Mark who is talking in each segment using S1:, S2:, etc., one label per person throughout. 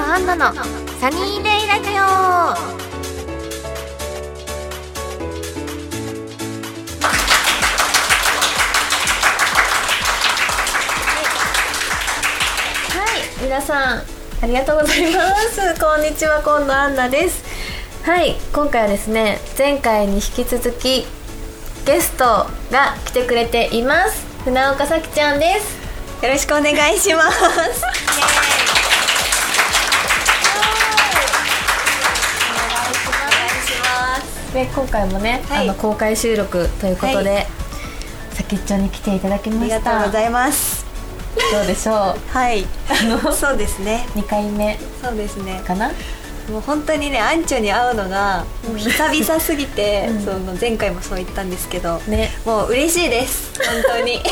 S1: アンナのサニーデイラジオはい、皆さんありがとうございます。こんにちは、今度アンナです。はい、今回はですね、前回に引き続きゲストが来てくれています。船岡咲ちゃんです。
S2: よろしくお願いします。
S1: で、今回もね、
S2: はい
S1: あの公開収録ということで、
S2: は
S1: 咲ちゃんに来ていただき
S2: あ
S1: ま
S2: り
S1: し
S2: がとう
S1: た。
S2: ございます。
S1: どうでしょう。
S2: はい、そうですね。
S1: 二回目
S2: そうですね。
S1: かな。
S2: もう本当にね、アンチョに会うのがもう久々すぎて、
S1: うん
S2: その前回もそう言ったんですけど、
S1: ね、
S2: もう嬉しいです。本当 に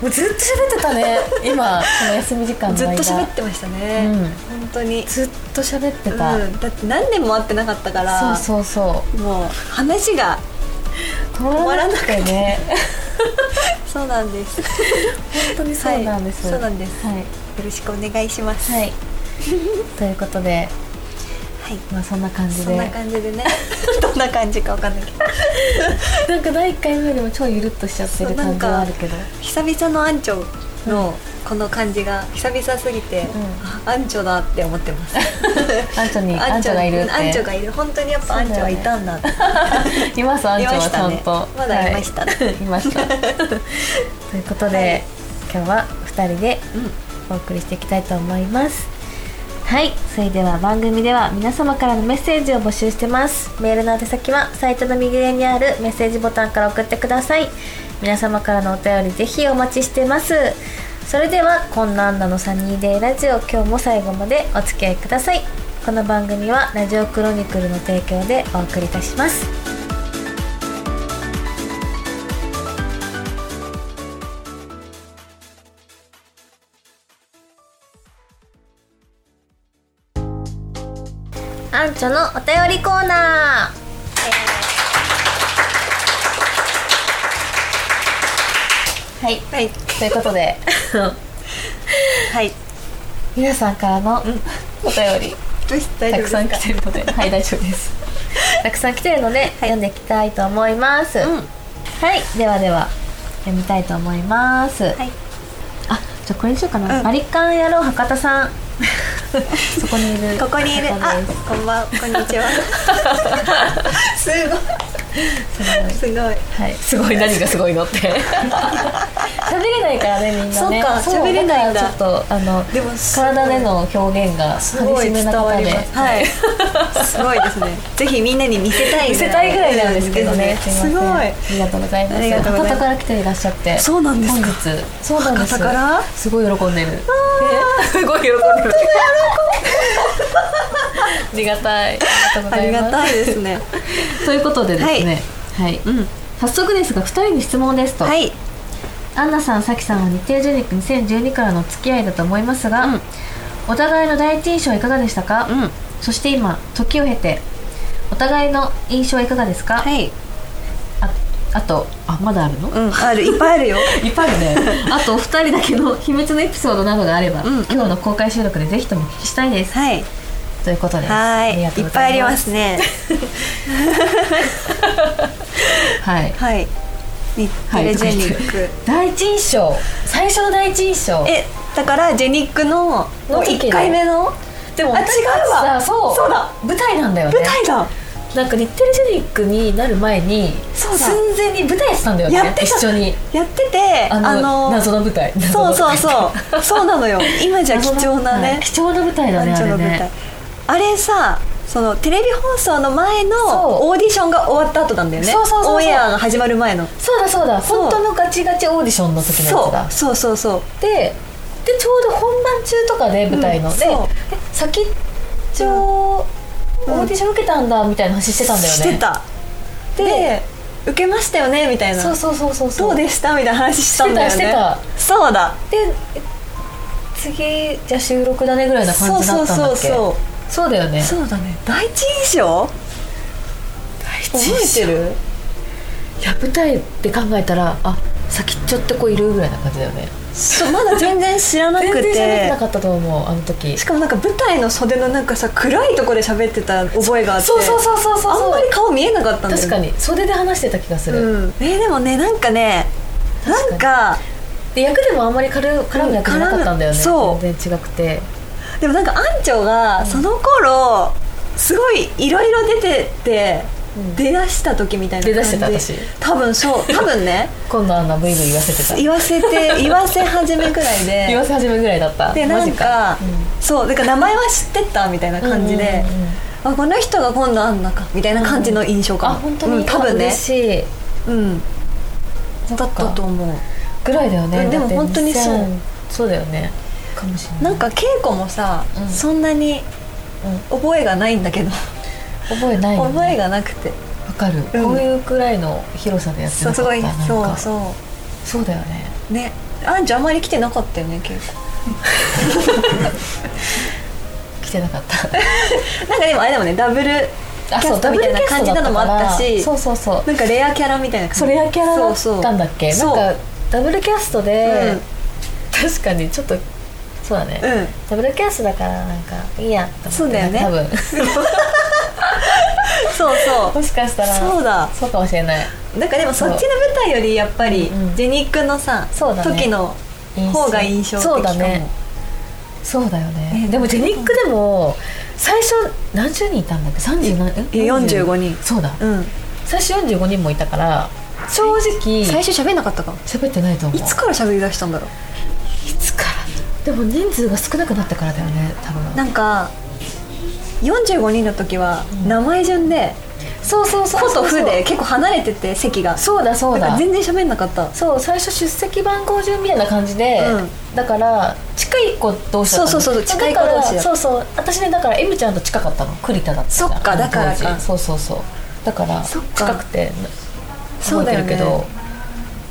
S1: もうずっと喋ってた ね。今この休み時間の間。
S2: ずっと喋ってましたね。本当に。
S1: ずっと喋ってた。
S2: うん、だって何年も会ってなかったから、
S1: そうそうそう。
S2: もう話が
S1: 止まらなくてね。
S2: そうなんです。よ
S1: 本当にそうなんです。
S2: はいそうなんです
S1: はい。
S2: ろしくお願いします。
S1: はい。ということで、
S2: はい
S1: まあそんな感じ
S2: そ
S1: で。
S2: んな感じでね、 どんな感じかわかんないけど。
S1: なんか第一回目よりも超ゆるっとしちゃって
S2: そ
S1: る
S2: うな
S1: 感
S2: ん
S1: じ
S2: か
S1: はあるけど。
S2: 久々のアンチョのこの感じが久々すぎて、あアンチョだって思ってます
S1: アンチョ にアンチョがいるって。
S2: アンチョがいる本当にやっぱアンチョはいたんだって
S1: いますアンチョ
S2: いま
S1: は
S2: し
S1: ちゃ
S2: た
S1: ん
S2: ね
S1: と。
S2: まだいましたね
S1: はい いました。ということで、
S2: はい
S1: 今日は二人で
S2: うん
S1: お送りしていきたいと思いますはいそれでは番組では皆様からのメッセージを募集してますメールの宛先はサイトの右上にあるメッセージボタンから送ってください皆様からのお便りぜひお待ちしてますそれではこんなあんなのサニーデイラジオ今日も最後までお付き合いくださいこの番組はラジオクロニクルの提供でお送りいたしますアンチョのお便りコーナーはい
S2: はい
S1: ということ で
S2: はい
S1: 皆さんからのお便り
S2: どうした
S1: たくさん来てるので はい大丈夫ですたくさん来てるので、読んでいきたいと思います、
S2: うん
S1: はいではでは読みたいと思います、
S2: い
S1: あじゃあこれにしようかな、
S2: うん
S1: バリカン野郎博多さ んそこにいる
S2: ここにいる
S1: 方
S2: あ
S1: です
S2: こんばんこんに ちはすごいすごい
S1: はい、すごい何がすごいの って喋れないからねみんなね
S2: そっか喋れない
S1: だか
S2: んだ
S1: らちょっとあの
S2: でもすごい
S1: 体での表現が
S2: すご
S1: 激
S2: い
S1: しめ
S2: 伝
S1: な
S2: わ
S1: 方
S2: りま
S1: です
S2: はいすごいですねぜひみんなに見せたい
S1: 見せたいぐらいなんですけどね
S2: す
S1: い
S2: ご
S1: ませ
S2: い
S1: んありがとうございます
S2: ありがとうございます
S1: 博多から来ていらっしゃって
S2: そうなんですか
S1: 本日そうなんです
S2: 博多から
S1: すごい喜んでるえすごい喜んでるありがたいあ
S2: あり
S1: りがとう
S2: が
S1: ございま
S2: たいですね
S1: すということでですねはい
S2: うん
S1: 早速ですが2人に質問ですと
S2: はい
S1: アンナさん、サキさんは日程ジュニック2012からのお付き合いだと思いますが、
S2: うん
S1: お互いの第一印象はいかがでしたか、
S2: うん
S1: そして今、時を経てお互いの印象はいかがですか、
S2: はい
S1: ああとあ、まだあるの、
S2: うんあるいっぱいあるよ
S1: いっぱいあるね あとお二人だけの秘密のエピソードなどがあれば、
S2: うん
S1: 今日の公開収録でぜひともお聞きしたいです、
S2: はい
S1: ということです
S2: は
S1: ありが
S2: い
S1: とう
S2: い
S1: ご
S2: っぱい
S1: ざ
S2: あ
S1: い
S2: り
S1: ま
S2: ますすね
S1: はい
S2: はい日
S1: は
S2: テ
S1: い
S2: レジェニック、
S1: 第一印象最初の第一印象
S2: えだからジェニックの
S1: の時
S2: 1回目の
S1: でも
S2: あ違う
S1: 私
S2: わ
S1: たちさそう
S2: そうだ
S1: 舞台なんだよね
S2: 舞台だ、
S1: なんか日テレジェニックになる前に
S2: そうだ
S1: 寸前に舞台やってたんだよね
S2: やってた
S1: 一緒に
S2: やってて
S1: あ
S2: あ
S1: の
S2: の
S1: 謎の舞台
S2: そうそう
S1: う
S2: そうそうなのよ今じゃ貴重なね
S1: 貴重な舞台だね
S2: 番
S1: あ
S2: 長
S1: れ
S2: の舞台
S1: ね
S2: あれさそのテレビ放送の前
S1: そう
S2: のオーディションが終わった後なんだよね
S1: そうそうそうそう
S2: オンエアが始まる前の
S1: そうだそうだ
S2: そう
S1: 本当のガチガチオーディションの時のや
S2: そ
S1: つだ
S2: うそうそうそう
S1: ででちょうど本番中とかで舞台の、
S2: うん
S1: で
S2: そう
S1: え先っちょオ
S2: うん
S1: ーディション受けたんだみたいな話してたんだよね
S2: してたで
S1: で
S2: 受けましたよねみたいな
S1: そうそうそうそうそう
S2: どうでしたみたいな話したんだよね
S1: してたして
S2: そうだ
S1: でえ次じゃあ収録だねぐらいな感じだったんだっけ
S2: そうそうそう
S1: そうだよね
S2: そうだね第一印象
S1: 第一
S2: 覚えてるい
S1: 舞台って考えたらあ先っちょって子いるぐらいな感じだよね
S2: そうまだ全然知らなく
S1: 全然喋って
S2: て
S1: なかったと思うあの時
S2: しかもなんか舞台の袖のなんかさ暗いところで喋ってた覚えがあって
S1: そうそうそうそうそう
S2: あんまり顔見えなかったんだよ
S1: 確
S2: ね
S1: かに袖で話してた気がする、
S2: うん、えーでもねなんかね
S1: 確かに
S2: なんか
S1: で役でもあんまり絡む絡む役じゃなかったんだよね、
S2: うん絡む
S1: 全然違くて
S2: でもなんか安長がその頃、すごいいろいろ出てて、
S1: うん
S2: 出だした時みたいな
S1: 出
S2: 感
S1: だ
S2: じ
S1: してた私
S2: 多 分そう多分ね
S1: 今度あんなブイブイ言わせてた
S2: 言わせ て言わせ始めぐらいで
S1: 言わせ始めぐらいだった
S2: で
S1: マ
S2: な
S1: ジ
S2: んか
S1: うん
S2: そうだから名前は知ってたみたいな感じで、
S1: うんうんうん
S2: あこの人が今度あんなかみたいな感じの印象か
S1: あ
S2: も、
S1: 本当に、
S2: うん多分ね
S1: 嬉しい
S2: うん
S1: そっ
S2: だ
S1: か
S2: ったと思う
S1: ぐらいだよね
S2: うんでも
S1: だって
S2: 本当にそう
S1: 2000そうだよねかもしれない
S2: なんか稽古もさ、
S1: うん
S2: そんなに覚えがないんだけど、
S1: 覚えないよね
S2: 覚えがなくて
S1: わかる、
S2: うん
S1: こういうくらいの広さでやって
S2: そ
S1: な
S2: う
S1: か
S2: す
S1: っ
S2: ご
S1: た
S2: い
S1: なんか
S2: そうそ
S1: そうだよね
S2: うねあんちゃんあんまり来てなかったよね稽古
S1: 来てなかった
S2: なんかでもあれだもんねダブル
S1: あ
S2: キャ
S1: そう
S2: スト
S1: ダ
S2: み
S1: ブ
S2: た
S1: ル
S2: い
S1: キャ
S2: な
S1: ス
S2: 感じ
S1: トだ
S2: な
S1: っ
S2: の
S1: た
S2: も
S1: か
S2: あった
S1: ら
S2: し
S1: そうそうそう
S2: なんかレアキャラみたいな感じ
S1: それやキャラだ
S2: そうそう
S1: ったんだっけ
S2: そう
S1: なんかダブルキャストで、確かにちょっとそうだね、
S2: うん、うん
S1: ダブルキャストだからなんかいいやと思って
S2: そうだよね
S1: 多 分
S2: そうそ
S1: もしかしたら
S2: そうだ
S1: そうかもしれないう
S2: なんかでもそっちの舞台よりやっぱり
S1: うんうん
S2: ジェニックのさ、
S1: そうだね
S2: 時の 方が印象的かも
S1: そうだねそうだよね、
S2: ね
S1: でもジェニックでも最初何十人いたんだっけ30何
S2: いや45人
S1: そうだ、
S2: うん
S1: 最初45人もいたから正直
S2: 最初喋んなかったかも
S1: 喋ってないと思う
S2: いつから喋り出したんだろ
S1: いつからでも人数が少なくなったからだよね多
S2: う
S1: 分
S2: なんか45人の時は名前順で
S1: そうそう
S2: 「子
S1: そ、う
S2: と
S1: そう
S2: 「ふ」で結構離れてて席が
S1: そうだそう
S2: なん
S1: だ
S2: か全然喋んなかった
S1: そう最初出席番号順みたいな感じで、
S2: うん
S1: だから近い子同士だったの
S2: そうそうそうそう
S1: だから
S2: 近い子同士だ
S1: そうそう私ねだから M ちゃんと近かったの栗田だったじゃん
S2: そっか
S1: あの
S2: だから
S1: 当時
S2: か
S1: そうそうそうだから
S2: そっか
S1: 近くて
S2: そ
S1: 覚
S2: う
S1: えて
S2: だ
S1: る
S2: よね
S1: けど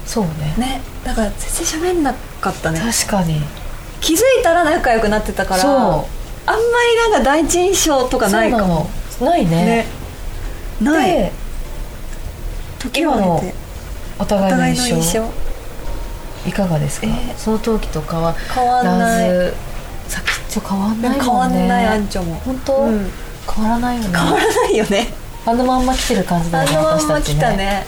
S1: そうね
S2: ねだから全然喋んなかったね
S1: 確かに
S2: 気づいたら仲良くなってたから
S1: そ
S2: あんまりなんか第一印象と
S1: う
S2: かない
S1: そう
S2: か
S1: な
S2: も
S1: のないね
S2: ねない
S1: で
S2: 時は経て
S1: お
S2: お
S1: 互いの
S2: 互いの
S1: 印象
S2: 印象
S1: いかがですか、
S2: えー
S1: その時とかは
S2: 変わんない
S1: らず先っちょ変わんないもんね
S2: 変わんないアンチョも
S1: 本当、
S2: うん
S1: 変わらないよね
S2: 変わらない よね
S1: あのまんま来てる感じだ
S2: あ
S1: よね
S2: のま
S1: 私
S2: んま
S1: たち
S2: 来
S1: ね
S2: たね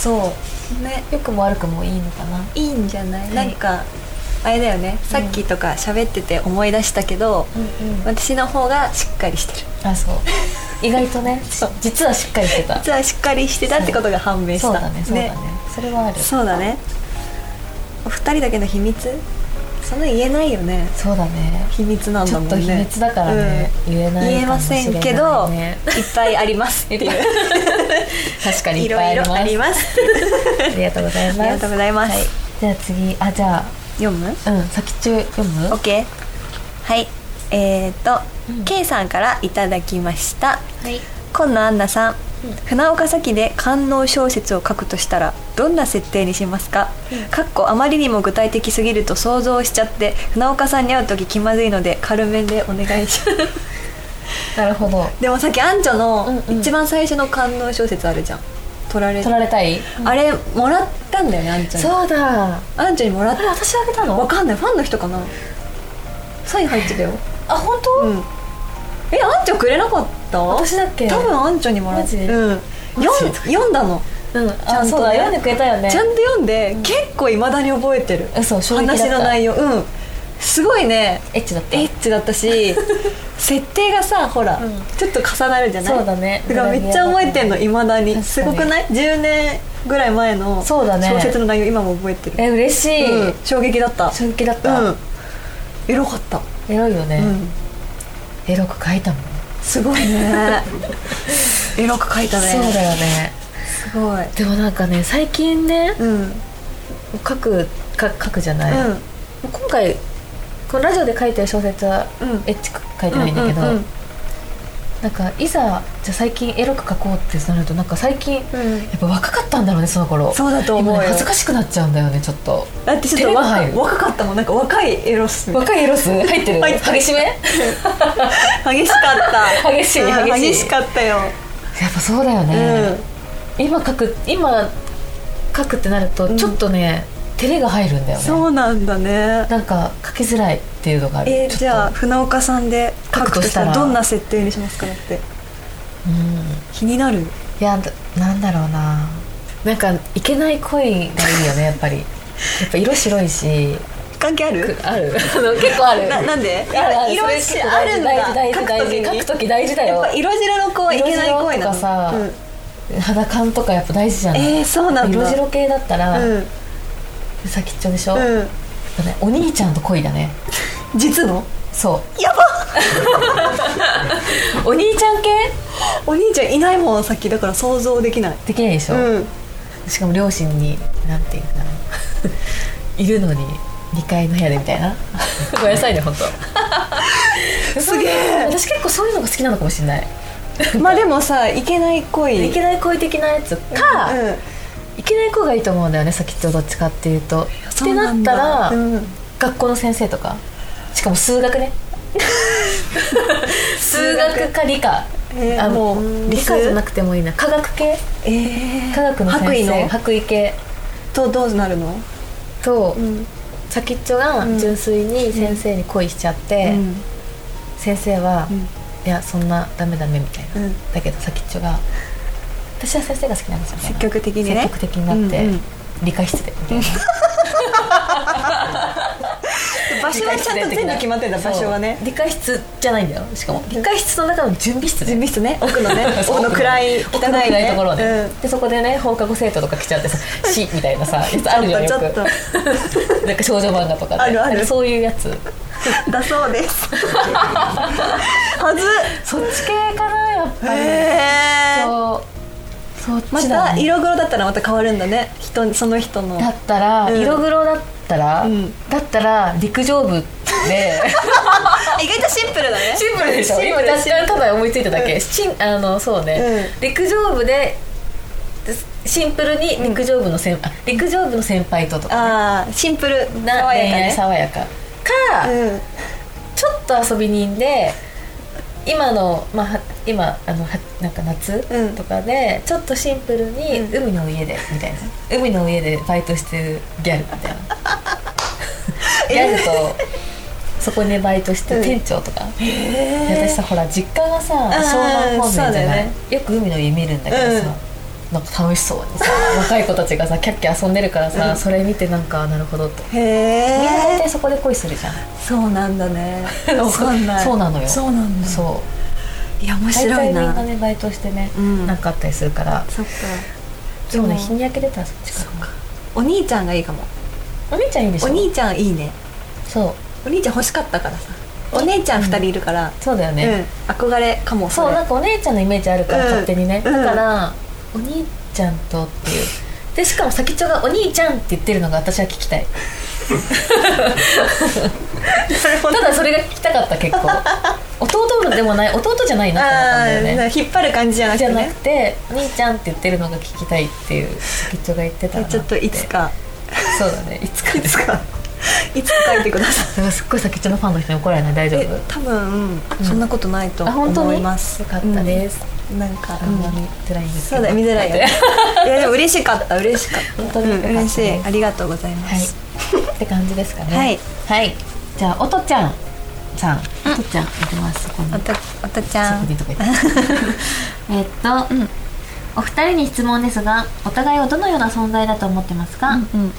S2: そうね
S1: 良くも悪くもいいのかない
S2: いんじゃない
S1: い
S2: なんかあれだよねさっきとか喋ってて思い出したけど
S1: うんうん
S2: 私の方がしっかりしてる
S1: あそう意外とね
S2: そう
S1: 実はしっかりしてた
S2: 実はしっかりしてたってことが判明した
S1: そうだねそうだねそれはある
S2: そうだねお二人だけの秘密そんな言えないよね
S1: そうだね
S2: 秘密なん
S1: ち
S2: だ
S1: ょ
S2: も
S1: っ
S2: ん
S1: と
S2: ね
S1: 秘密だからね、
S2: うん
S1: 言えない
S2: 言え
S1: か
S2: ま
S1: もしれ
S2: せ
S1: ない、ね、
S2: んけど、 いっぱいありますっていう
S1: 確かにい
S2: い
S1: っぱい
S2: ろ
S1: あ
S2: い
S1: ります
S2: ろあります
S1: ありがとうございます
S2: ありがとうございます
S1: はい、じゃあ次あじゃ
S2: 読む
S1: あうん先っちょ読む
S2: OK はいえー、と、
S1: うん
S2: K さんからいただきました
S1: はい
S2: 今野アンナさん、
S1: うん
S2: 船岡咲で官能小説を書くとしたらどんな設定にしますか、かっこあまりにも具体的すぎると想像しちゃって船岡さんに会う時気まずいので軽めでお願いします
S1: なるほど
S2: でもさっきアンチョの
S1: うんうん
S2: 一番最初の官能小説あるじゃん取られ
S1: 取られたい、
S2: あれもらったんだよねアンチョに
S1: そうだ
S2: アンチョにもらっ
S1: あれ
S2: た
S1: 私あげた
S2: わ
S1: の
S2: かんないファンの人かなサイン入ってたよ
S1: あ本当、
S2: うんえアンチョくれなかった
S1: 私だっけ
S2: 多分アンチョにもらっ
S1: マ
S2: た
S1: ジ
S2: うん
S1: マジ
S2: 読ん読んだの
S1: うん、
S2: ちゃんと
S1: あ、
S2: ね
S1: そうだ、読んでくれたよね
S2: ちゃんと読んで、結構いまだに覚えてる
S1: 嘘衝撃だった
S2: 話の内容うんすごいね
S1: エッチだった
S2: エッチだった し設定がさほら、
S1: うん
S2: ちょっと重なるじゃない
S1: そうだね
S2: だからめっちゃ覚えてんのいまだ
S1: 確
S2: に
S1: かに
S2: すごくない10年ぐらい前の
S1: そうだね
S2: 小説の内容今も覚えてる
S1: え、嬉しい、
S2: うん、衝撃だった
S1: 衝撃だった、
S2: うんエロかった、
S1: エロいよね、
S2: うん
S1: エロく書いたもん、
S2: すごい ねエロく書いたね
S1: そうだよね
S2: すごい
S1: でもなんかね、最近ね
S2: うんうん
S1: 書く、か書くじゃない、今回このラジオで書いてる小説は
S2: うん
S1: エッチく書いてないんだけど、
S2: うん
S1: なんかいざじゃあ最近エロく書こうってなるとなんか最近、
S2: う
S1: や
S2: んうん
S1: っぱ若かったんだろうねその頃
S2: そうだと思う
S1: 今
S2: よ
S1: ね恥ずかしくなっちゃうんだよねちょっと
S2: だってちょっ
S1: 照れ
S2: と
S1: が
S2: 若
S1: 入る
S2: 若かったもんなんか若いエロス
S1: 若いエロス入ってる
S2: 入ってる
S1: 激しめや
S2: 激しかった
S1: 激しい
S2: うん
S1: 激しい
S2: 激しかったよ、
S1: っぱそうだよ
S2: う
S1: ね、
S2: ん
S1: 今書く今書くってなるとちょっとね、照れが入るんだよね
S2: そうなんだね
S1: なんか書きづらいっていうのがある、ち
S2: えー
S1: ょっと
S2: じゃあ船岡さんで書くとしたら
S1: 書くとしたら
S2: どんな設定にしますかだって
S1: うん
S2: 気になる
S1: いやだなんだろうななんかいけない恋がいいよねやっぱりやっぱ色白いし
S2: 関係ある
S1: ある あの結構ある
S2: ななんで
S1: あるある
S2: 色
S1: それ
S2: し
S1: 結構
S2: あるんだ
S1: 大事大事大事書く
S2: 書く
S1: 時大事だ
S2: やっ
S1: よ
S2: ぱ色白の子はいけない声な
S1: 色白と
S2: の
S1: かさ
S2: うん
S1: 肌感とかやっぱ大事じゃない、
S2: えー、そうなんだ
S1: 色白系だったら、
S2: うん
S1: 先っちょでしょ、やっ
S2: うん
S1: ぱねお兄ちゃんと恋だね
S2: 実の
S1: そ
S2: やば
S1: うお兄ちゃん系
S2: お兄ちゃんいないもんさっきだから想像できない
S1: できないでしょ、
S2: うん
S1: しかも両親になんていうかな いるのに2階の部屋でみたいなごめんなさいね本当す
S2: げえ
S1: 私結構そういうのが好きなのかもしれない
S2: まあでもさいけない恋
S1: いけない恋的なやつか、いけない子がいいと思うんだよね先っちょどっちかっていうとってなったら、
S2: うんうん
S1: 学校の先生とかしかも数学 ね数学か理科、
S2: えー
S1: あも
S2: もう
S1: う理科じゃなくてもいいな科学系
S2: えー
S1: 科学の先生
S2: 白衣の
S1: 白衣系
S2: とどうなるの、
S1: と、
S2: ん
S1: 先っちょが純粋に先生に恋しちゃって、先生は、
S2: ん
S1: いやそんなダメダメみたいな、
S2: うん
S1: だけど先っちょが私は先生が好きなんですよ
S2: 積極的にね
S1: 積極的になって、
S2: うんうん
S1: 理科室でみたい な
S2: 場所はちゃんと全部決まってんだ場所はね
S1: そう理科室じゃないんだよしかも理科室の中の準備室で
S2: 準備室ね奥のね 奥の暗い
S1: 奥の
S2: 汚い
S1: 暗い
S2: ね
S1: ところで、
S2: うん
S1: でそこでね放課後生徒とか来ちゃって さ「死」みたいなさやつあるじゃん
S2: ちょ
S1: よ
S2: っとちょっ
S1: くなんか少女漫画とかで
S2: あるある
S1: なんかそういうやつ
S2: だそうで すはず
S1: そっち系かなやっぱり、
S2: へー
S1: そうそっ
S2: ま
S1: ちだ、
S2: た
S1: ね
S2: 色黒だったらまた変わるんだね人その人の
S1: だったら、
S2: うん
S1: 色黒だったら、
S2: うん
S1: だったら陸上部で
S2: 意外と シンプルだね
S1: シンプルでしょ
S2: シン
S1: 今
S2: プル
S1: 私がただ思いついただけ、しんあのそうね、
S2: う
S1: 陸上部でですシンプルに陸上部の先、あ陸上部の先輩ととか
S2: ああシンプル
S1: な
S2: 爽
S1: 恋愛
S2: やか
S1: 爽やかか、
S2: ねうん
S1: ちょっと遊び人で今の、まあ、は今あのはなんか夏、
S2: うん
S1: とかでちょっとシンプルに
S2: うん
S1: 海の家でみたいな海の家でバイトしてるギャルみたいな ギャルとそこにバイトして
S2: うん
S1: る店長とか、
S2: へー
S1: 私さほら実家がさ湘
S2: ー
S1: 南方面じゃ
S2: そうだ
S1: な
S2: よ
S1: い
S2: ね
S1: よく海の家見るんだけどさ、なんか楽しそう にさ若い子たちがさキャッキャ遊んでるからさ、それ見てなんかなるほどって
S2: へ
S1: みんな大
S2: え
S1: 体そこで恋するじゃん
S2: そうなんだ ねわかんない
S1: そうなのよ
S2: そうなんだ
S1: そう
S2: いや面
S1: 大
S2: 白
S1: 体
S2: い
S1: みんな
S2: な
S1: ねバイトしてね、
S2: うん
S1: なんかあったりするから
S2: そっか
S1: でもね
S2: でも
S1: 日に焼けてたらそっちか
S2: お兄ちゃんがいいかも
S1: お姉ちゃんいいでしょ
S2: お兄ちゃんいいね
S1: そう
S2: お兄ちゃん欲しかったからさお姉ちゃん2人いるから、
S1: そうだよ
S2: うん
S1: ね、
S2: 憧れかも
S1: そう
S2: れ
S1: なんかお姉ちゃんのイメージあるから、
S2: うん
S1: 勝手にね
S2: うん
S1: だから、お兄ちゃんとっていうでしかも先っちょが「お兄ちゃん」って言ってるのが私は聞きたい
S2: それほ
S1: た
S2: んと
S1: だそれが聞きたかった結 構弟でもない弟じゃないなって思ったんだよね
S2: あー引っ張る感じじゃなく
S1: じ
S2: て
S1: ゃな
S2: ね
S1: くて「お兄ちゃん」って言ってるのが聞きたいっていう先っちょが言ってたな
S2: ちょっといつか
S1: そうだねいつか
S2: いつかいつか書いてください
S1: だ からすっごい先っちょのファンの人に怒られない大丈
S2: え
S1: 夫
S2: 多分、そんなことないと
S1: あ本当
S2: 思い
S1: に
S2: ます
S1: よかったです、
S2: うんなんか、
S1: あんまり辛いんですけ
S2: そう
S1: ど
S2: だよ見づらいよねいやでも嬉しかった嬉しかった
S1: 本当によかった
S2: う
S1: で
S2: ん
S1: す
S2: 嬉しいありがとうございま
S1: はい
S2: す、
S1: って感じですかね
S2: はい、
S1: はいじゃあおとちゃんさんおとちゃんいきますそこに
S2: おたおたちゃ
S1: そこ
S2: ん
S1: にとか 言って
S3: えっと、お二人に質問ですがお互いをどのような存在だと思ってますか、
S2: うん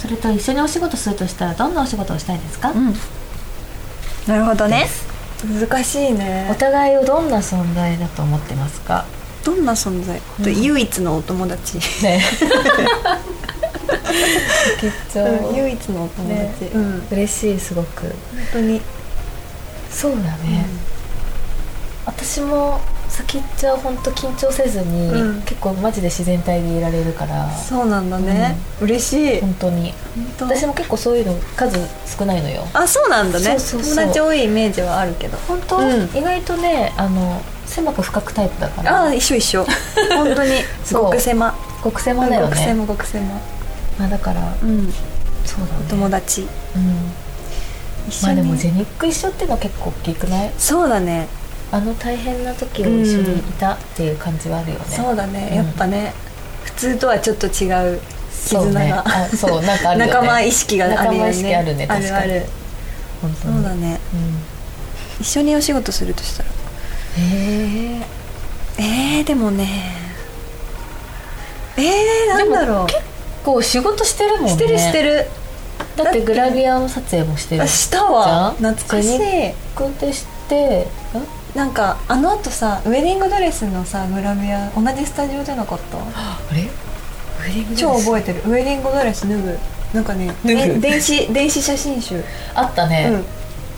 S3: それと一緒にお仕事するとしたらどんなお仕事をしたいですか、
S2: うんなるほどね難しい
S1: お
S2: ね
S1: 互いをどんな存在だと思ってますか
S2: どんな存在、唯一のお友達
S1: ね 結
S2: うん
S1: 構
S2: 唯一のお友達、
S1: ね
S2: うん本
S1: 嬉しいすごく
S2: 当に
S1: そうだね、私も先っちょは本当緊張せずに、
S2: うん
S1: 結構マジで自然体でいられるから
S2: そうなんだね、嬉しい、
S1: 本当に
S2: 本当
S1: 私も結構そういうの数少ないのよ
S2: あそうなんだね
S1: そうそうそう
S2: 友達多いイメージはあるけど
S1: 本当、
S2: うん
S1: 意外とねあの狭く深くタイプだから
S2: ああ一緒一緒本当に
S1: そう
S2: 極狭
S1: 極狭だよ
S2: 極
S1: ね、
S2: 狭極狭
S1: まあ、だから
S2: うん
S1: そうだ
S2: お
S1: ね、
S2: 友達
S1: うん、
S2: 一
S1: ま
S2: 緒
S1: あでも
S2: に
S1: ジェニック一緒っていうのは結構大きくない
S2: そうだね
S1: あの大変な時を一緒にいたっていう感じはあるよね、
S2: そうだね
S1: うん
S2: やっぱね通とはちょっと違う絆
S1: そう
S2: が、
S1: ねあそうなんかあるよね
S2: 仲間意識があるよね
S1: 仲間意識あるね確かに
S2: あるある
S1: 本当
S2: そ
S1: に
S2: うだね一緒にお仕事するとしたら
S1: うんへえ
S2: えー、でもねえー、なんだろう
S1: 結構仕事してるもんね
S2: してるしてる
S1: だってグラビア撮影もしてる
S2: あしたわ
S1: じゃん
S2: 懐かし
S1: ジェ
S2: い
S1: 僕でしてん
S2: なんかあのあとさウェディングドレスのさグラビア同じスタジオじゃなかった
S1: あれ
S2: 超覚えてるウェディングドレス脱ぐなんかね
S1: 脱ぐ
S2: え電子電子写真集、
S1: あった
S2: う
S1: ね、
S2: ん、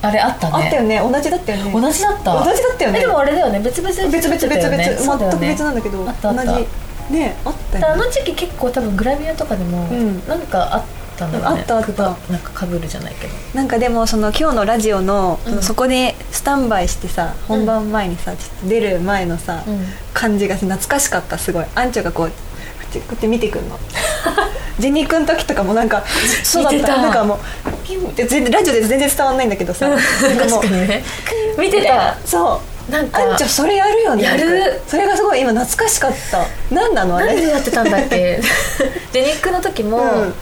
S1: あれあったね
S2: あったよね同じだったよね
S1: 同じだった
S2: 同じだったよね
S4: えでもあれだよね別々で
S2: 別々別々、
S1: そうだよ
S2: 全く
S1: ね
S2: 別なんだけど
S1: あったあった
S2: 同じねあった
S4: あ
S2: よ、ね、
S4: の時期結構多分グラビアとかでも、
S2: うん
S4: なんかあったんだよ
S2: あ
S4: ね
S2: ったあった
S1: なんかかぶるじゃない けど
S2: なんかでもその今日のラジオの、
S4: うん
S2: そこでスタンバイしてさ本番前にさ、ちょっと出る前のさ、
S4: うん
S2: 感じが懐かしかったすごいアンチョがこうこっちこうやって見てくんのジェニーくん時とかもなんかそうだっ
S1: 見
S2: た
S1: てた
S2: なんかもうピンって全然ラジオで全然伝わんないんだけどさなんかもう
S1: ね
S4: 見てた
S2: そう
S4: なんか
S2: アンチョそれやるよね
S4: やる
S2: それがすごい今懐かしかった何なのあ
S4: 何で
S2: れ
S4: やってたんだっ けジェニックの時も、
S2: うん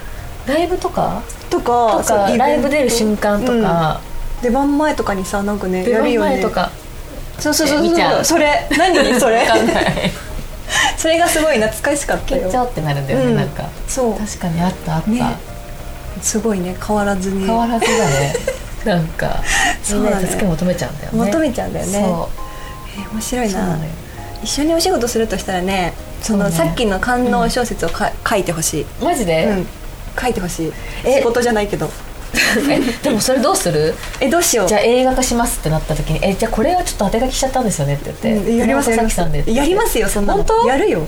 S4: ライブとか
S2: とか
S4: と
S2: そう
S4: か
S2: イベント
S4: ライブ出る瞬間とか、
S2: 出番前とかにさなんかね
S4: 出
S2: や
S4: 番
S2: るよね
S4: 前とか、
S2: そうそうそう
S1: え
S2: そう
S1: 見ちゃう
S2: それ 何それ
S1: わかんない
S2: それがすごい懐かしかった
S1: 消
S2: よ
S1: えちゃうってなるんだよね、
S2: うん
S1: なんか
S2: そう
S1: 確かにあったあった、
S2: ねすごいね変わらずに
S1: 変わらずだねなんかみ
S2: そ
S1: ん
S2: うだね
S1: なに助け求めちゃうんだよね
S2: 求めちゃうんだよね
S1: そ
S2: えー面白
S1: う
S2: い
S1: そうな
S2: な
S1: のよ
S2: 一緒にお仕事するとしたらねその
S1: そうね
S2: さっきの官能小説をか、書いてほしい、
S1: マジで、
S2: うん、書いてほしい仕事じゃないけど
S1: えでもそれどうする
S2: えどうしよう
S1: じゃあ映画化しますってなった時に「えじゃあこれはちょっと当て書きしちゃったんですよね」って言って「
S2: うんやります
S1: 山本
S2: やりま
S1: 咲さんで」
S2: すやりますよそんなの
S1: 本当
S2: やるよ、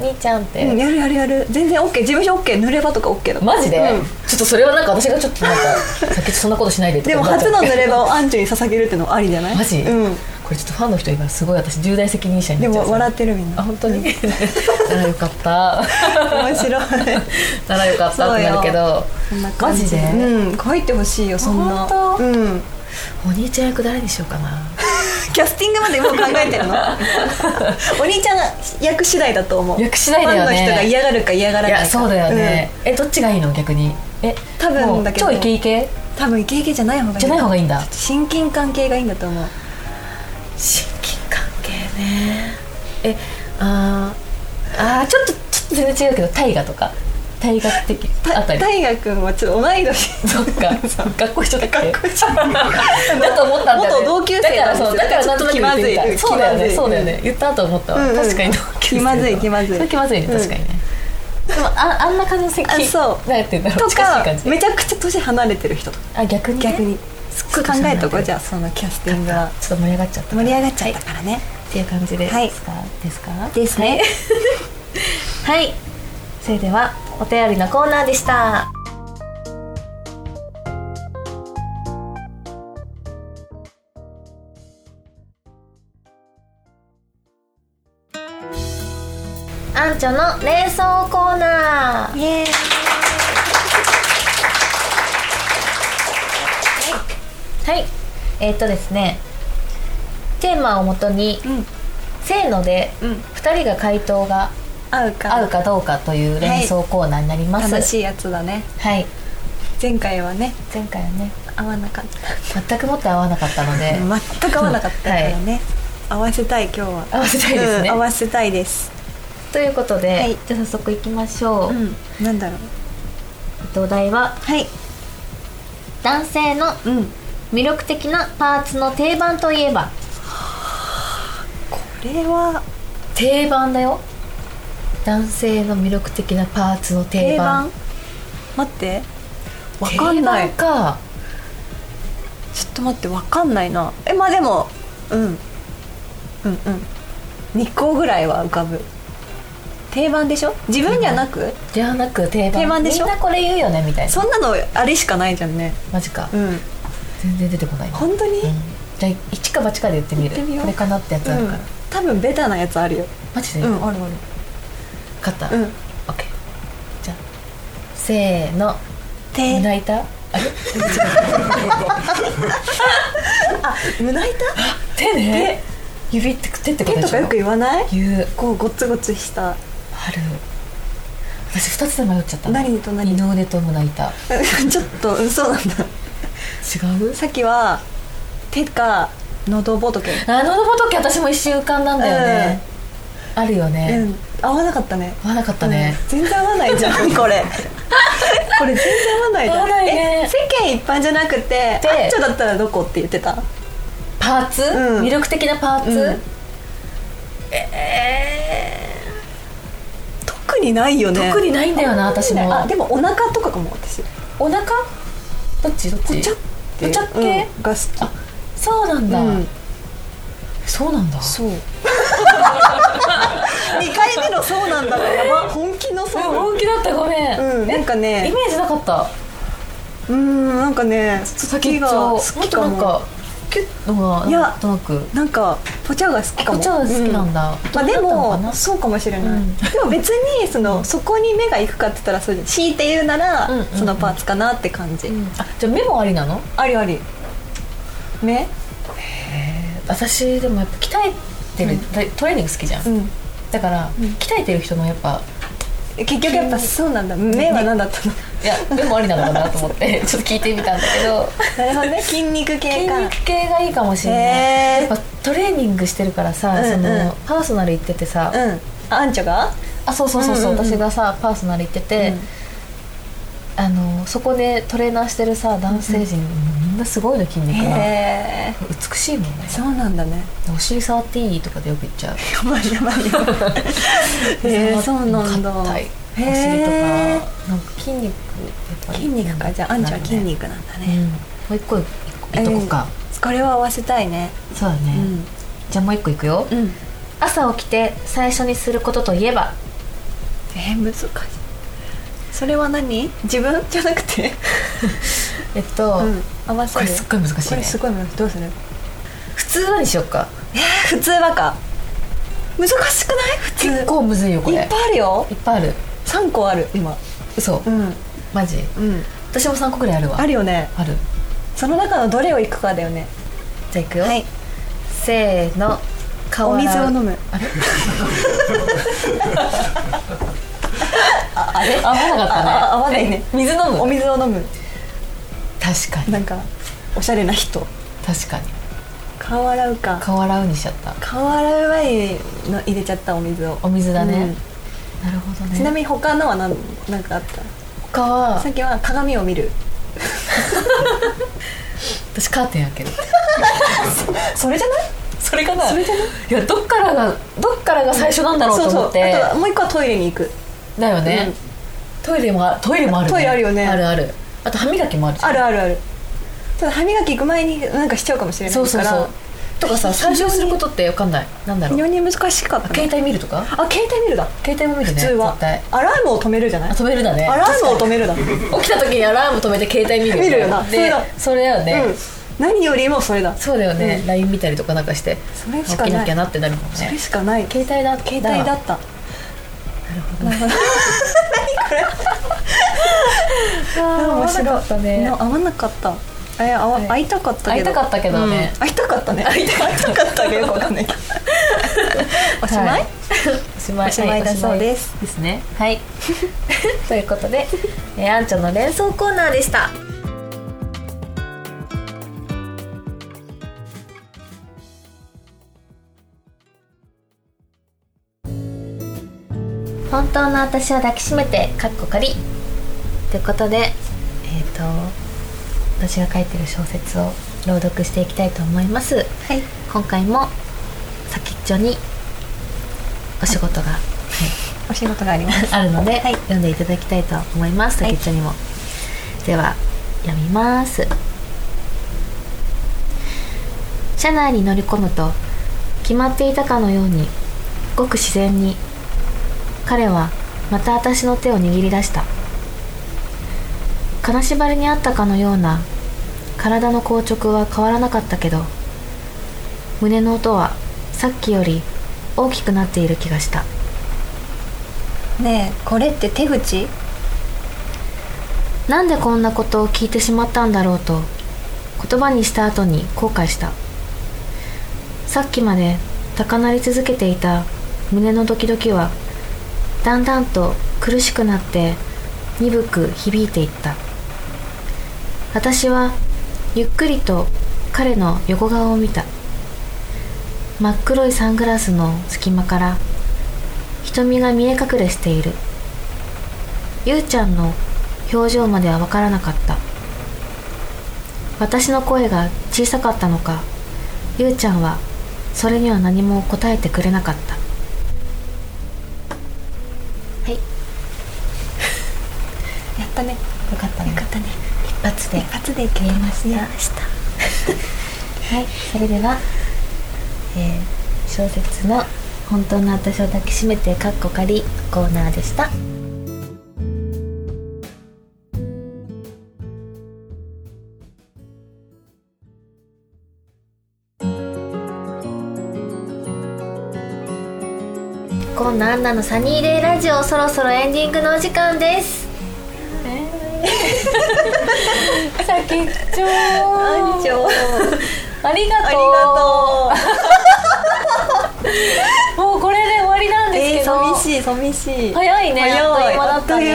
S1: 兄ちゃん」って、
S2: うん、やるやるやる全然 OK 事務所 OK 濡れ場とか OK だ
S1: マジで、
S2: うん
S1: ちょっとそれはなんか私がちょっとなんか先そんなことしないでとか
S2: でも
S1: 思っちゃ
S2: 初
S1: って
S2: の濡れ場をアンチュに捧げるってのありじゃない
S1: マジ、
S2: うん
S1: これちょっとファンの人いたらすごい私重大責任者に
S2: で
S1: なっちゃう
S2: も笑ってるみん
S1: あ
S2: な
S1: 本 当にならよかった
S2: 面白い
S1: ならよかったってなるけど
S2: そんな感じ
S1: マジで
S2: うん書いてほしいよそんな
S1: 本当
S2: うん
S1: お兄ちゃん役誰にしようかな
S2: キャスティングまでもう考え てるのお兄ちゃん役次第だと思う
S1: 役次第だよね
S2: ファンの人が嫌がるか嫌がら
S1: い
S2: ないか
S1: やそうだよね、えどっちがいいの逆にえ
S2: 多分だけど
S1: もう超イケイケ
S2: うん多分イケイケじゃない方がいい
S1: じゃない方がいいんだ
S2: 親近感系がいいんだと思う
S1: 親近関係ねえあーあーちょっとちょっと全然違うけど大河とか大河的あたり
S2: 大河君はちょっと同い年
S1: そっか学校一緒だっけ
S2: 学校一緒
S1: だと思ったんだ、ね、
S2: 元同級生
S1: だか
S2: なん
S1: ら
S2: です
S1: そ
S2: よ
S1: うだからなんとなく言ってみた
S2: ちょっと気まずい
S1: そうだよ
S2: 気ま
S1: ね
S2: ずい
S1: そうだよね言ったと思ったわ、
S2: うんうん
S1: 確かに同級生
S2: 気まずい気まずい
S1: それ気まずいね確かにね、でもああんな感じの席
S2: あそう
S1: なんて言うんだろ
S2: と
S1: う近しい
S2: か
S1: 感じ
S2: めちゃくちゃ年離れてる人とか
S1: あ逆に、ね、
S2: 逆にすっごい考えとこうじゃあそのキャスティングは
S1: ちょっと盛り上がっちゃった
S2: 盛り上がっちゃったからね
S1: っていう感じですか、
S2: はい
S1: ですか
S2: ですね
S4: はいそれではお便りのコーナーでしたアンチョの冷蔵コーナー
S2: イエーイ
S4: はいえーっとですねテーマをもとに
S2: うん
S4: せーので
S2: うん
S4: 2人が回答が
S2: 合うか
S4: 合うかどうかという連想コーナーになります、
S2: 楽しいやつだね
S4: はい
S2: 前回はね
S4: 前回はね
S2: 合わなかった
S4: 全くもって合わなかったの で
S2: 全く合わなかったからね、合わせたい今日は
S4: 合わせたいですね
S2: うん合わせたいです
S4: ということで、
S2: はい
S4: じゃあ早速いきましょう、えっ
S2: んなんだろう
S4: とお題は
S2: はい
S4: 男性の
S2: うん
S4: 魅力的なパーツの定番といえば
S2: これは
S4: 定番だよ男性の魅力的なパーツの定番
S2: 待ってわかんない
S1: 定番か
S2: ちょっと待ってわかんないなえまあでもうんうんうん2個ぐらいは浮かぶ定番でしょ自分じゃなく、
S1: ではなく定番
S2: 定番でしょ
S1: みんなこれ言うよねみたいな
S2: そんなのあれしかないじゃんね
S1: マジか、
S2: うん
S1: 全然出てこないな、うん
S2: 本当に、
S1: じゃあ一か八かで言ってみる
S2: 言ってみよう
S1: これかなってやつある
S2: う
S1: か
S2: ん
S1: ら、
S2: 多分ベタなやつあるよ
S1: マジ
S2: う
S1: で、
S2: んあるある
S1: 勝った、
S2: うん
S1: オッケーじゃあせーの
S2: て
S1: 胸板あれ
S2: 胸板
S1: 手ね指って手ってこ
S2: 手
S1: とで
S2: と
S1: し
S2: か
S1: ょ
S2: よく言わない
S1: 言う
S2: こうゴツゴツした
S1: ある私二つで迷っちゃったな
S2: 何と何
S1: 二の腕と胸板
S2: ちょっとうんそうなんだ
S1: 違う
S2: さっきは手か喉仏
S1: あの仏私も一瞬浮かんだんだよね、あるよ
S2: う
S1: ね、
S2: ん合わなかったね
S1: 合わなかったね、
S2: うん全然合わないじゃ んこれこれ全然合わないじ
S1: 合
S2: ゃ
S1: わ
S2: ん
S1: ないね
S2: え世間一般じゃなくて
S1: で
S2: あっちょだったらどこって言ってた
S1: パーツ、
S2: うん
S1: 魅力的なパーツ、
S2: うん特にないよね
S1: 特にないんだよな私も
S2: あでもお腹とかかも私
S1: お腹どっちどっ
S2: お
S1: ち
S2: 茶
S1: お茶っ系、
S2: うんが好き
S1: あそうなんだ、
S2: うん
S1: そうなんだ
S2: そう二回目のそうなんだがやば本気のそうなんだ
S1: 本気だったごめん、
S2: うんなんかね
S1: イメージなかった
S2: うーんなんかね好
S1: 先
S2: き
S1: っち
S2: が
S1: ょも
S2: 好
S1: っ
S2: き
S1: と
S2: か
S1: なん
S2: も
S1: かキュッとが
S2: いや
S1: なんとなく
S2: なんかポチャが好きか
S1: こ
S2: も
S1: っちは好きなんだ、
S2: うんま
S1: どうだった
S2: あ、で
S1: のか
S2: も
S1: な
S2: そうかもしれない、
S1: うん
S2: でも別にそのそこに目が行くかって言ったらそうじゃん強いて言うなら、
S1: うんうんうん
S2: そのパーツかなって感じ、
S1: うんあじゃあ目もありなの
S2: ありあり目
S1: 私でもやっぱ鍛えてる、トレーニング好きじゃん、
S2: うん
S1: だから、鍛えてる人のやっぱ
S2: 結局やっぱそうなんだ目は何だったの
S1: いや目もありなのかなと思って ちょっと聞いてみたんだけど
S2: なるほどね 筋肉系
S1: 筋
S2: か
S1: 肉系がいいかもしれない、
S2: へー
S1: やっぱトレーニングしてるからさ、
S2: うんうん
S1: そのパーソナル行っててさ、
S2: うんあんちゃが
S1: あそうそうそうそう,、
S2: うんうんうん
S1: 私がさパーソナル行ってて、あのそこでトレーナーしてるさ男性陣、みんなすごいの筋肉が
S2: へえ
S1: 美しいもんね
S2: そうなんだね
S1: お尻触っていいとかでよく言っちゃう
S2: やばいやばいやばいへえそうなんだ
S1: 硬いお尻とか
S2: へえ
S1: なんか筋肉やっぱり
S2: 筋肉かじゃああんちゃんは筋肉なんだ
S1: うん
S2: ね、
S1: もう一個いいとこか、
S2: これは合わせたいね
S1: そうだね、じゃあもう一個いくよ、
S2: うん、うん
S5: 朝起きて最初にすることといえば
S2: えー、難しいそれは何自分じゃなくて、
S1: えっと、
S2: 合わ
S1: こ
S2: せ
S1: れ
S2: る
S1: すっごい難しい
S2: こ
S1: ね
S2: れすごい難しいどうする
S1: 普通はにしよっか
S2: 普通はか難しくない普通
S1: 結構むずいよこれ
S2: いっぱいあるよ
S1: いっぱいある
S2: 3個ある今
S1: 嘘
S2: うん
S1: マジ
S2: うん
S1: 私も3個ぐらいあるわ
S2: あるよね
S1: ある
S2: その中のどれをいくかだよね
S5: じゃあいくよ、
S2: はい
S5: せーの顔
S2: お
S5: 洗
S2: 水
S5: う
S2: を飲む
S1: 合わなかったね
S2: あ合わないね
S1: 水飲む
S2: お水を飲む
S1: 確かに
S2: なんかおしゃれな人
S1: 確かに
S2: 顔洗うか
S1: 顔洗うにしちゃった
S2: 顔洗う前にの入れちゃったお水を
S1: お水だね、なるほど
S2: ちな
S1: ね
S2: みに他のは何なんかあった
S1: 他は
S2: さっきは鏡を見る
S1: 私カーテン開 ける
S2: それじゃない
S1: それかな
S2: それじゃない
S1: いやどっからがどっからが最初なんだろうと思って
S2: そうそうあとはもう一個はトイレに行く
S1: だよね、トイレもあトイレもある、ね、
S2: トイレあるよね
S1: あるあるあと歯磨きもあるじゃん
S2: あるあるあるただ歯磨き行く前になんかしちゃうかもしれないか
S1: そう
S2: ら
S1: そうそうとかさ最初にすることって分かんないなんだろ
S2: 非
S1: う
S2: 常に難しかった、
S1: 携
S2: ね、
S1: 帯見るとか
S2: あ携帯見るだ
S1: 携帯も見るね
S2: 普通は
S1: 絶対
S2: アラームを止めるじゃな
S1: あ
S2: い
S1: 止めるだね
S2: アラームを止めるだ、
S1: 起きた時にアラーム止めて携帯見る
S2: 見るよなそ
S1: で
S2: れだ
S1: それだよね、
S2: うん何よりもそれだ
S1: そうだよね、
S2: うん
S1: LINE 見たりとかなんかして
S2: それ
S1: 起
S2: し
S1: き
S2: か
S1: な
S2: ない
S1: きゃなってなるもん
S2: それ
S1: ね
S2: しかない携
S1: 携帯だ携帯
S2: 帯だったなるほど
S1: あ面
S2: 面白
S1: 白
S2: い
S1: かったね
S2: な合わなかったえあわ会いたかった
S1: 会
S2: け
S1: い
S2: ど
S1: たかったけどね
S2: うん、会いたかったね 会いたかったけどよくわかんないけどおしまい、
S1: はい おしまい
S2: おしまいだそうです
S1: はいおしまいですね
S5: はい ということで、えー、あんちゃんの連想コーナーでした本当の私を抱きしめてかっこかりということでえっ、と私が書いてる小説を朗読していきたいと思います
S2: はい
S5: 今回も先っちょにお仕事が
S2: お仕事があります
S5: あるので、読んでいただきたいと思います。竹ちゃんにも、では読みます。車内に乗り込むと決まっていたかのようにごく自然に彼はまた私の手を握り出した金縛りにあったかのような体の硬直は変わらなかったけど胸の音はさっきより大きくなっている気がした
S2: ねえこれって手口
S5: なんでこんなことを聞いてしまったんだろうと言葉にした後に後悔したさっきまで高鳴り続けていた胸のドキドキはだんだんと
S1: 苦しくなって鈍く響いていった私はゆっくりと彼の横顔を見た真っ黒いサングラスの隙間から瞳が見え隠れしているゆうちゃんの表情までは分からなかった私の声が小さかったのかゆうちゃんはそれには何も答えてくれなかったはいよ
S2: やったね
S1: かったね
S2: よかったね
S1: 一発で
S2: 一発で決めました
S1: はい、それでは、えー小説の「本当の私を抱きしめて」かっこ仮コーナーでした。こんなアンナのサニーデイラジオそろそろエンディングのお時間です。
S6: さあ緊張
S2: 安城
S6: ありがとう
S2: ありが
S6: もうこれで終わりなん
S2: とう
S6: ですけど、
S2: 寂しい寂しい
S6: 早いね
S2: 早
S6: あっとい
S2: い
S6: う間だったねい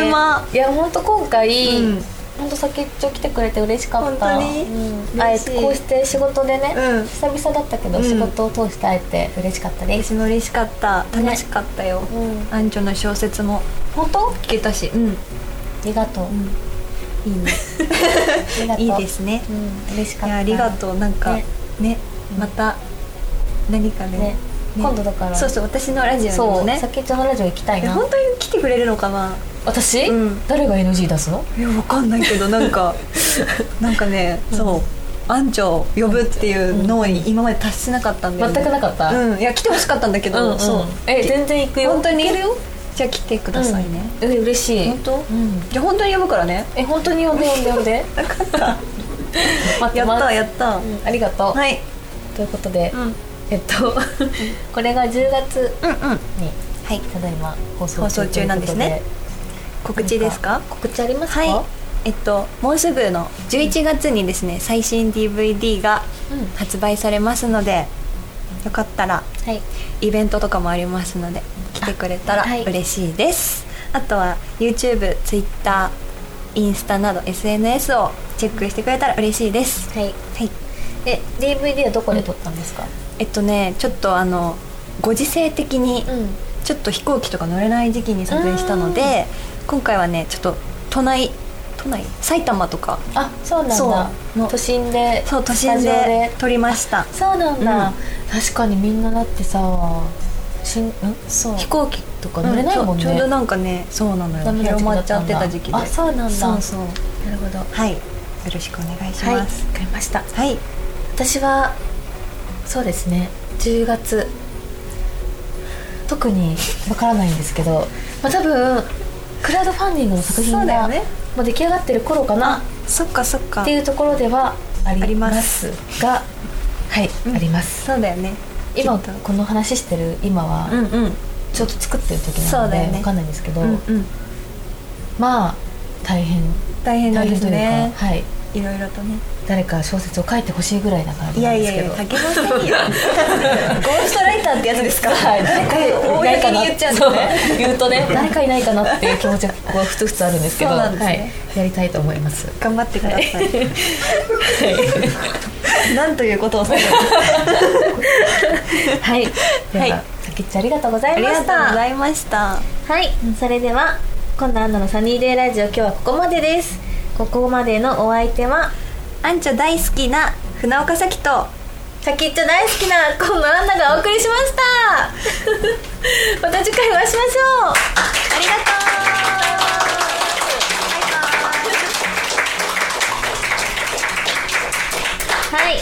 S6: や本当今回、
S2: うん
S6: 本当先っちょ来てくれて嬉しかった
S2: 本当に
S6: うん、会え
S2: 嬉しい
S6: てこうして仕事でね、
S2: うん
S6: 久々だったけど、
S2: うん
S6: 仕事を通して会えて嬉しかったです、
S2: 私も嬉しかった
S6: ね
S2: 楽しかったよ、
S6: うん、
S2: アンジョの小説も
S6: 本当
S2: 聞けたしうん
S6: ありがとう、
S2: いいね
S6: ありがとう
S2: いいですね
S6: うん、嬉しか
S2: い
S6: った
S2: やありがとうなんかね
S6: ね
S2: また何かね
S6: ね今度だから
S2: そうそう私のラジオに
S6: そ
S2: も
S6: う、
S2: ね
S6: 先っちょのラジオ行きたい
S2: え
S6: な
S2: 本当に来てくれるのかな
S6: 私、
S2: うん
S6: 誰が NG 出すの
S2: いやわかんないけどなん かなんかねそうアンチョを呼ぶっていう脳に今まで達しなかったんだよね
S6: 全くなかった
S2: うんいや来てほしかったんだけどそう
S6: え全然行くよ
S2: 本当に
S6: 行けるよ
S2: じゃあ来てくださいね
S6: うんえ嬉しい
S2: 本当
S6: うん
S2: じゃあ本当に呼ぶからね
S6: え本当に呼んで呼んで呼 んで
S2: 分かった
S6: 待って
S2: や
S6: ま
S2: っ
S6: す
S2: たやった
S6: うんありがとう、
S2: はい
S6: ということで、
S2: うんうん
S6: えっと これが10月
S2: うん
S6: に
S2: はい
S6: ただいま放送中
S2: 放送中なんですね
S6: というこ
S2: 告知ですか
S1: 告知ありますか？
S2: はいえっともうすぐの11月にですね最新 DVD が
S6: とでうん
S2: 発売されますのでよかったら
S1: はい、
S2: イベントとかもありますので来てくれたら
S1: あはい
S2: 嬉しいです、あとは YouTube、Twitter、インスタなど SNS をチェックしてくれたら嬉しいです
S1: はい、
S2: はい
S1: え DVD はどこ
S6: こ
S1: で
S6: れ撮
S1: 撮っ
S6: ったんですか、
S2: えっとねちょっとあのご時世的に
S1: た？うん、
S2: ちょっと飛行機とか乗れない時期に撮影したので今回はねちょっと都内都内埼玉とか
S6: あそうなんだ
S2: そうの
S6: 都心で
S2: そう都心
S6: スタジオ
S2: で撮りました
S6: そうなんだ、
S2: うん
S6: 確かにみんなだってさしんん
S2: そう
S6: 飛行機とか乗れないもんね、
S2: ちょちょうどなんかねそうなのよ
S6: ダメな時期
S2: 広
S6: だ
S2: ま
S6: ったんだ
S2: っちゃってた時期で
S6: あそうなんだ
S2: そうそう
S6: なるほどは
S2: はいよろしくお願いし
S6: いわ
S2: ま
S6: か
S2: す
S6: りました
S2: はい、
S6: 私はそうですね10月特にわからないんですけど、まあ、多分クラウドファンディングの作
S2: そう
S6: 品
S2: だよ
S6: が、
S2: ね
S6: もう出来上がってる頃かな
S2: あそっかそっか
S6: っていうところではあ
S2: あり
S6: り
S2: ま
S6: ますがはい、
S2: うん
S6: あります
S2: そうだよね
S6: 今
S2: きっ
S6: この話してる今は、
S2: とうんうん
S6: ちょっと作ってる時な
S2: そう
S6: の
S2: だよ
S6: で、
S2: ね
S6: わかんないんですけど、
S2: うんうん
S6: まあ大変
S2: 大変なん
S6: 大
S2: で
S6: 変という
S2: す
S6: か、
S2: ね
S6: はい
S2: いろいろとね
S6: 誰か小説を書いてほしいぐらいな感じ
S2: い
S6: な
S2: や
S6: ん
S2: い
S6: です
S2: や
S6: け
S2: い
S6: ど
S2: や書けませんよゴーストライターってやつですか
S6: はい、誰かいないかな
S2: 公に言っちゃうんだね
S6: そう言うとね誰かいないかなっていう気持ちはふつふつあるんですけど
S2: そうなんですね
S6: はい、やりたいと思います
S2: 頑張ってください、 なんということをされる
S6: はいでは、
S2: はい
S6: さきっちゃんありがとうございました
S2: いました
S1: はい、それでは今度アンナのサニーデイラジオ今日はここまでです。ここまでのお相手は
S2: アンチョ大好きな船岡咲と
S1: 先っちょ大好きな今度アンナがお送りしました。 また次回お会いしましょう。
S2: ありがと
S1: はい、